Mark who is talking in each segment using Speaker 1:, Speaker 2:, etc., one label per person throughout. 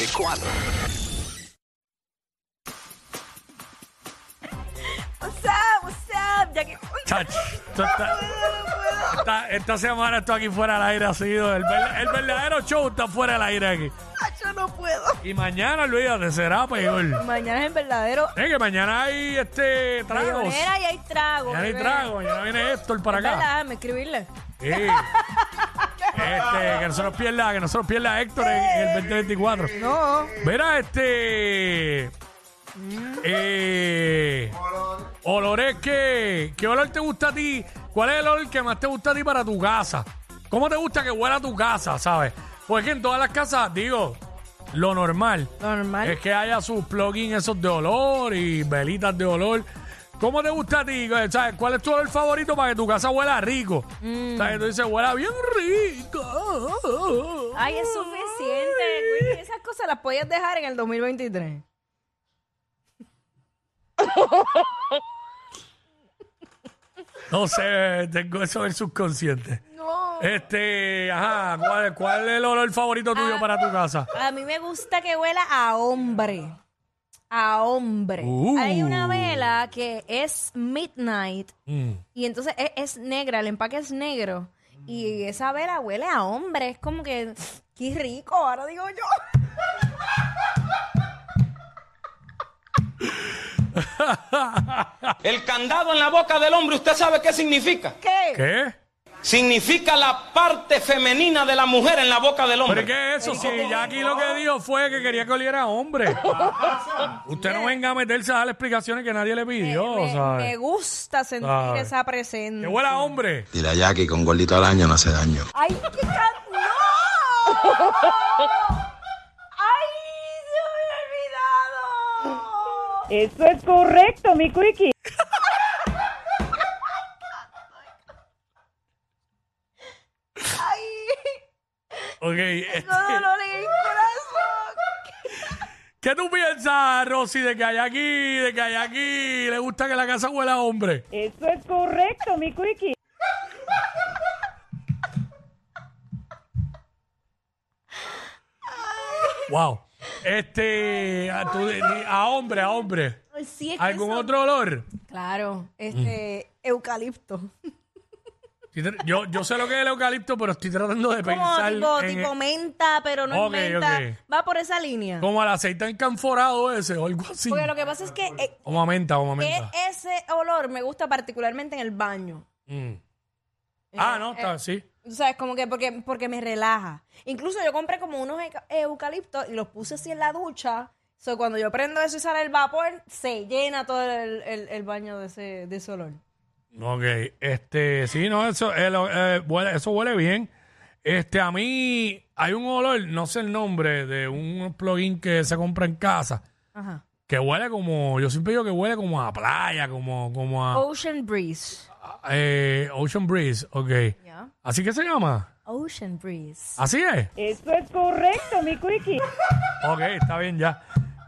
Speaker 1: adecuado.
Speaker 2: What's up, what's up? Ya que- oh, Uy,
Speaker 3: Chach, esto está- esta, esta semana esto aquí fuera al aire ha sido el, ver- el verdadero show está fuera al aire aquí.
Speaker 2: yo no puedo.
Speaker 3: Y mañana, olvídate, será peor.
Speaker 2: Mañana es el verdadero.
Speaker 3: Es que mañana hay este tragos.
Speaker 2: Mañana y hay trago.
Speaker 3: Mañana hay
Speaker 2: bebé.
Speaker 3: tragos, mañana viene Héctor
Speaker 2: Es
Speaker 3: para
Speaker 2: verdad,
Speaker 3: acá.
Speaker 2: déjame escribirle.
Speaker 3: Sí. Este, que no se nos pierda, que no se nos pierda Héctor en, en el 2024.
Speaker 2: No.
Speaker 3: Mira, este. Eh, olores que. ¿Qué olor te gusta a ti? ¿Cuál es el olor que más te gusta a ti para tu casa? ¿Cómo te gusta que huela tu casa, sabes? Pues que en todas las casas, digo, lo normal
Speaker 2: Normal.
Speaker 3: es que haya sus plugins esos de olor y velitas de olor. ¿Cómo te gusta a ti? Eh, ¿Sabes? ¿Cuál es tu olor favorito para que tu casa huela rico?
Speaker 2: Mm.
Speaker 3: ¿Sabes? Tú dices, huela bien rico.
Speaker 2: Ay, es suficiente. Quickie. Esas cosas las podías dejar en el 2023.
Speaker 3: No sé, tengo eso en el subconsciente.
Speaker 2: No.
Speaker 3: Este, ajá, ¿cuál, cuál es el olor favorito tuyo para tu casa?
Speaker 2: A mí me gusta que huela a hombre. A hombre.
Speaker 3: Uh.
Speaker 2: Hay una vela que es midnight
Speaker 3: Mm.
Speaker 2: y entonces es, es negra, el empaque es negro. Y esa vela huele a hombre. Es como que, qué rico, ahora digo yo.
Speaker 4: El candado en la boca del hombre, ¿usted sabe qué significa?
Speaker 2: ¿Qué?
Speaker 3: ¿Qué?
Speaker 4: Significa la parte femenina de la mujer en la boca del
Speaker 3: ¿Pero
Speaker 4: hombre.
Speaker 3: qué es eso? Si ya aquí lo que dijo fue que quería que oliera a hombre. Usted no venga a meterse a dar explicaciones que nadie le pidió,
Speaker 2: me, me
Speaker 3: ¿sabes?
Speaker 2: gusta sentir
Speaker 3: ¿Sabes?
Speaker 2: esa
Speaker 3: Que
Speaker 2: presencia.
Speaker 3: huela a hombre.
Speaker 5: Dile a Jackie con gordito al año no hace daño.
Speaker 2: ¡Ay, qué can- ¡No! ¡Ay, se me había olvidado!
Speaker 6: Eso es correcto, mi Quickie.
Speaker 2: ¡Ay!
Speaker 3: Ok, este,
Speaker 2: ¡No dolor en el corazón!
Speaker 3: ¿qué tú piensas, Rosy, de que hay aquí, de que hay aquí? ¿Le gusta que la casa huela a hombre?
Speaker 6: Eso es correcto, mi Quickie.
Speaker 3: Wow. Este, a, tú- a hombre, a hombre.
Speaker 2: Ay, Sí, es que
Speaker 3: ¿Algún
Speaker 2: eso-
Speaker 3: otro olor?
Speaker 2: Claro, este,
Speaker 3: Mm.
Speaker 2: eucalipto.
Speaker 3: Estoy tra- Yo, yo sé lo que es el eucalipto, pero estoy tratando de
Speaker 2: Como
Speaker 3: pensar
Speaker 2: tipo,
Speaker 3: en
Speaker 2: tipo menta, pero no
Speaker 3: Ok,
Speaker 2: es menta.
Speaker 3: ok.
Speaker 2: Va por esa línea.
Speaker 3: como el aceite encanforado ese o algo así.
Speaker 2: Porque lo que pasa es que eh,
Speaker 3: Como a menta, como a
Speaker 2: eh,
Speaker 3: menta.
Speaker 2: ese olor me gusta particularmente en el baño.
Speaker 3: Mm. Ah, no,
Speaker 2: eh.
Speaker 3: está, sí.
Speaker 2: Tú sabes, como que porque, porque me relaja. Incluso yo compré como unos euca- eucaliptos y los puse así en la ducha. So, cuando yo prendo eso y sale el vapor, se llena todo el, el- el baño de ese, de ese olor.
Speaker 3: Ok, este, sí, no, eso, el- eh, huele, eso huele bien. Este, a mí hay un olor, no sé el nombre, de un plugin que se compra en casa,
Speaker 2: Ajá.
Speaker 3: que huele como, yo siempre digo que huele como a playa, como, como a
Speaker 2: Ocean Breeze.
Speaker 3: eh, Ocean Breeze, ok.
Speaker 2: ¿Ya?
Speaker 3: ¿Así que se llama?
Speaker 2: Ocean Breeze.
Speaker 3: ¿Así es?
Speaker 6: Eso es correcto, mi Quickie.
Speaker 1: Eh,
Speaker 3: Ok, está bien ya.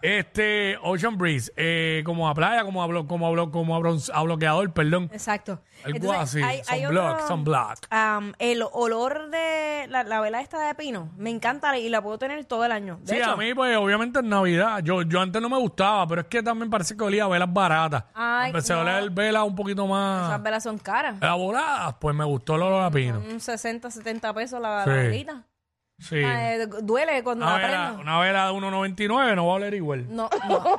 Speaker 3: Este, Ocean Breeze, eh, como a playa, como a, blo- como a, blo- como a, bronce- a bloqueador, perdón.
Speaker 2: Exacto.
Speaker 3: Algo
Speaker 2: Entonces,
Speaker 3: así,
Speaker 2: hay- hay
Speaker 3: sunblock,
Speaker 2: otro,
Speaker 3: sunblock.
Speaker 2: am, el olor de la, la vela esta de pino. Me encanta y la puedo tener todo el año. De
Speaker 3: Sí,
Speaker 2: hecho,
Speaker 3: a mí, pues, obviamente en Navidad. Yo, yo antes no me gustaba, pero es que también parece que olía a velas baratas.
Speaker 2: Ay,
Speaker 3: Empecé
Speaker 2: no.
Speaker 3: a oler velas un poquito más
Speaker 2: Esas velas son caras.
Speaker 3: elaboradas, pues me gustó el olor a pino.
Speaker 2: Un 60, 70 pesos la,
Speaker 3: Sí.
Speaker 2: la velita.
Speaker 3: Sí.
Speaker 2: Ah, eh, duele cuando
Speaker 3: Una
Speaker 2: la
Speaker 3: vela,
Speaker 2: prendo.
Speaker 3: una vela de 1.99 no va a oler igual.
Speaker 2: No, no.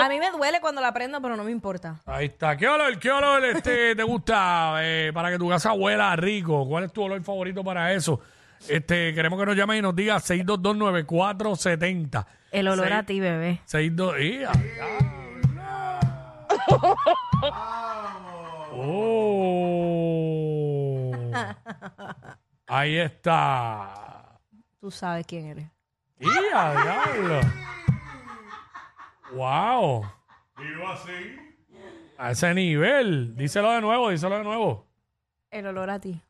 Speaker 2: A mí me duele cuando la prendo, pero no me importa.
Speaker 3: Ahí está. ¿Qué olor, qué olor este, te gusta eh, para que tu casa huela rico? ¿Cuál es tu olor favorito para eso? Este, queremos que nos llames y nos digas 6229470.
Speaker 2: El olor
Speaker 3: Sí.
Speaker 2: a ti, bebé.
Speaker 3: 62 y- Oh. Ahí está.
Speaker 2: Tú sabes quién eres.
Speaker 3: ¡Y a diablo! ¡Wow! Vivo así. A ese nivel. Díselo de nuevo, díselo de nuevo.
Speaker 2: El olor a ti.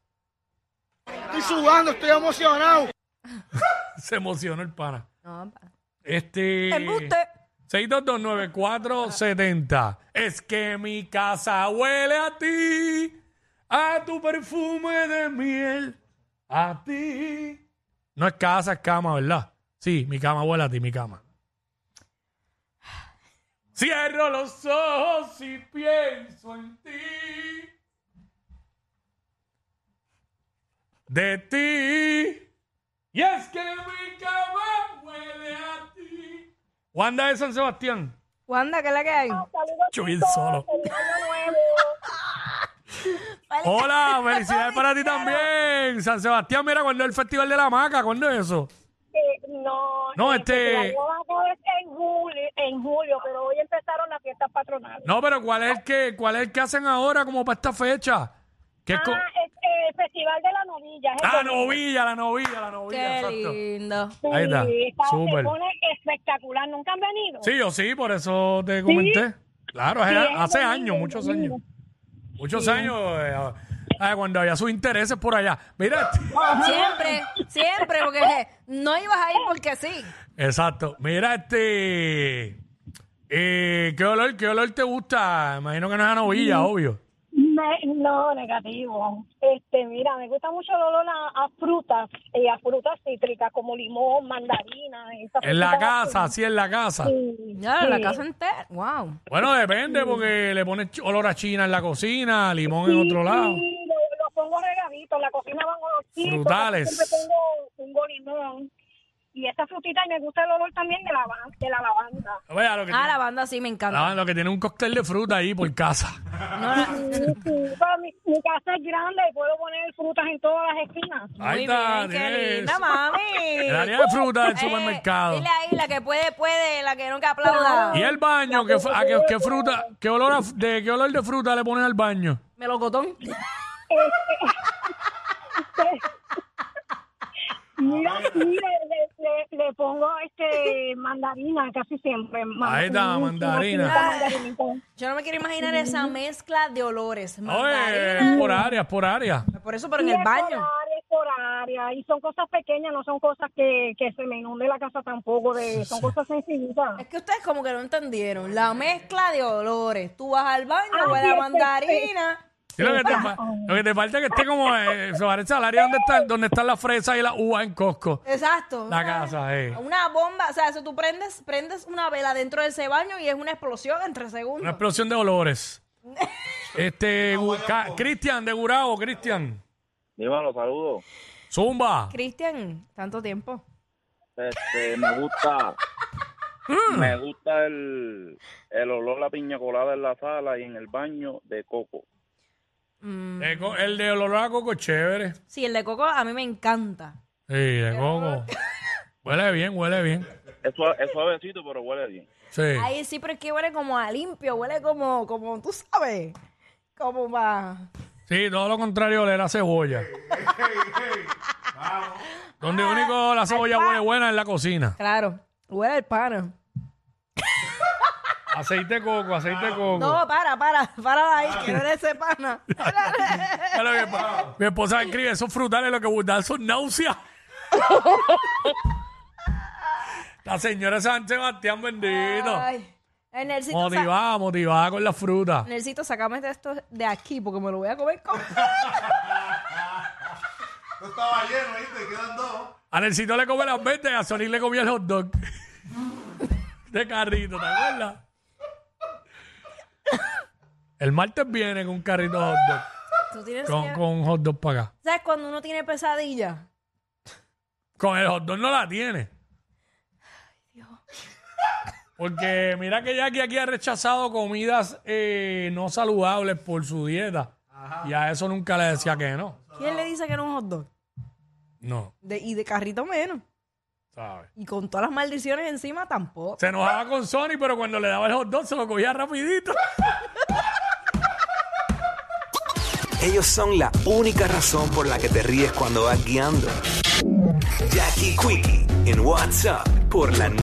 Speaker 3: Se emocionó el pana.
Speaker 2: No, pa.
Speaker 3: Este.
Speaker 2: Embuste.
Speaker 3: 6229470. Es que mi casa huele a ti, a tu perfume de miel, a ti. No es casa, es cama, ¿verdad? Sí, mi cama, vuela a ti, mi cama. Cierro los ojos y pienso en ti. De ti. Y es que mi cama huele a ti. Wanda de San Sebastián.
Speaker 2: Wanda, ¿qué es la que hay?
Speaker 3: Oh, Yo bien solo. Hola, felicidades para ti también. San Sebastián, mira, ¿cuándo es el Festival de la Maca? ¿Cuándo es eso?
Speaker 1: No,
Speaker 3: No,
Speaker 1: el
Speaker 3: este-
Speaker 1: festival Guabaco es en julio, en julio, pero hoy empezaron las fiestas patronales.
Speaker 3: No, pero ¿cuál es el que, cuál es el que hacen ahora como para esta fecha? ¿Qué es co-
Speaker 1: Ah, es, eh, el festival de la novilla. es el
Speaker 3: Ah, la
Speaker 1: domingo.
Speaker 3: novilla, la novilla, la novilla,
Speaker 2: Qué
Speaker 3: exacto.
Speaker 2: lindo.
Speaker 1: Sí,
Speaker 3: Ahí está,
Speaker 1: Se
Speaker 3: súper.
Speaker 1: pone espectacular. ¿Nunca han venido?
Speaker 3: Sí, yo sí, por eso te comenté. Claro, hace,
Speaker 1: Sí, es
Speaker 3: hace
Speaker 1: domingo,
Speaker 3: años,
Speaker 1: es
Speaker 3: muchos
Speaker 1: domingo.
Speaker 3: años. Muchos años, eh, ah, cuando había sus intereses por allá. Mira,
Speaker 2: Siempre, siempre, porque no ibas a ir porque sí.
Speaker 3: exacto. Mira, este. eh, ¿qué, olor, ¿Qué olor te gusta? Imagino que no es a novilla,
Speaker 2: Mm.
Speaker 3: obvio.
Speaker 1: Me- no, negativo. Este, mira, me gusta mucho el olor a, a frutas y a frutas cítricas como limón, mandarina. esas
Speaker 3: En la
Speaker 1: frutas
Speaker 3: casa,
Speaker 1: así.
Speaker 3: sí, en la casa.
Speaker 1: Sí,
Speaker 2: Ya,
Speaker 1: sí.
Speaker 2: la casa entera. Wow.
Speaker 3: Bueno, depende, porque le pones ch- olor a china en la cocina, limón en otro lado.
Speaker 1: Sí, lo, lo pongo regadito, en la cocina van olorcitos.
Speaker 3: Frutales.
Speaker 1: Siempre pongo un limón. Y esa frutita, y me gusta el olor también de la, lavan- de la lavanda.
Speaker 3: Vea lo que,
Speaker 2: Ah,
Speaker 3: tiene,
Speaker 2: la banda sí me
Speaker 3: la
Speaker 2: encanta.
Speaker 3: banda, lo que tiene un cóctel de fruta ahí por casa.
Speaker 2: No, no,
Speaker 1: Sí, sí, pero mi, mi casa es grande y puedo poner frutas en todas las esquinas.
Speaker 2: Muy
Speaker 3: Ahí está,
Speaker 2: bien,
Speaker 3: tienes
Speaker 2: qué linda, mami.
Speaker 3: El área de fruta del
Speaker 2: Eh,
Speaker 3: supermercado. Ah.
Speaker 2: Dile ahí, la que puede, puede, la que nunca aplauda.
Speaker 3: Y el baño, ¿qué, a qué, qué fruta, qué olor, a- de, ¿qué olor de fruta le pones al baño?
Speaker 2: Melocotón.
Speaker 1: Mira, mira le, le- le pongo este mandarina casi siempre.
Speaker 3: Ahí está, mandarina.
Speaker 2: Yo no me quiero imaginar esa mezcla de olores.
Speaker 3: Oye,
Speaker 2: Mandarina.
Speaker 3: por áreas, por áreas.
Speaker 2: Por eso, pero en el baño.
Speaker 1: Por área, y son cosas pequeñas, no son cosas que, que se me inunde la casa tampoco, de, son cosas sencillitas.
Speaker 2: Es que ustedes como que no entendieron. La mezcla de olores. Tú vas al baño,
Speaker 1: Ah,
Speaker 2: huele a
Speaker 1: sí,
Speaker 2: mandarina.
Speaker 3: Sí, lo, que te, fa- lo que te falta es que esté como eh, se parece al área donde están, donde están las fresas y las uvas en Costco.
Speaker 2: Exacto.
Speaker 3: La
Speaker 2: Una-
Speaker 3: casa, eh.
Speaker 2: Una bomba. O sea, eso tú prendes, prendes una vela dentro de ese baño y es una explosión en tres
Speaker 3: Una
Speaker 2: segundos.
Speaker 3: explosión de olores. Este, Gu- Ca- Cristian de Gurabo, Cristian.
Speaker 7: Dímelo, saludos.
Speaker 3: Zumba.
Speaker 2: Cristian, tanto tiempo.
Speaker 7: Este, me gusta, me gusta el, el olor a la piña colada en la sala y en el baño de coco.
Speaker 2: Mm,
Speaker 3: De co- el de olor a coco es chévere.
Speaker 2: Sí, el de coco a mí me encanta.
Speaker 3: Sí, de coco. Huele bien, huele bien.
Speaker 7: Es, sua- es suavecito, pero huele bien.
Speaker 3: Sí.
Speaker 2: Ay, sí, pero es que huele como a limpio, huele como, como, tú sabes, como va.
Speaker 3: Sí, todo lo contrario oler a cebolla. Donde
Speaker 2: Ah,
Speaker 3: único la cebolla huele buena es la cocina.
Speaker 2: Claro, huele el pana.
Speaker 3: Aceite de coco, aceite de coco.
Speaker 2: No, para, para, para ahí, que huele ese pana.
Speaker 3: Es lo que pa- Mi esposa escribe, esos frutales lo que dan son náuseas. la señora San Sebastián, bendito.
Speaker 2: Ay, Nelsito, sa-
Speaker 3: Motivada, motivada con la fruta.
Speaker 2: Nelsito, sacame de esto de aquí porque me lo voy a comer con.
Speaker 3: A Nelsito le come las ventas y a Solís le comía el hot dog. de carrito, ¿te acuerdas? el martes viene con un carrito de hot dog.
Speaker 2: Tú tienes
Speaker 3: Con,
Speaker 2: que-
Speaker 3: con un hot dog para acá.
Speaker 2: ¿Sabes cuando uno tiene pesadilla?
Speaker 3: Con el hot dog no la tiene. Porque mira que Jackie aquí ha rechazado comidas eh, no saludables por su dieta. Y a eso nunca le decía que no.
Speaker 2: ¿Quién le dice que era un hot dog?
Speaker 3: No,
Speaker 2: De- y de carrito menos.
Speaker 3: ¿sabes?
Speaker 2: Y con todas las maldiciones encima tampoco.
Speaker 3: Se enojaba con Sony, pero cuando le daba el hot dog se lo cogía rapidito.
Speaker 8: Ellos son la única razón por la que te ríes cuando vas guiando. Jackie Quickie en WhatsApp por la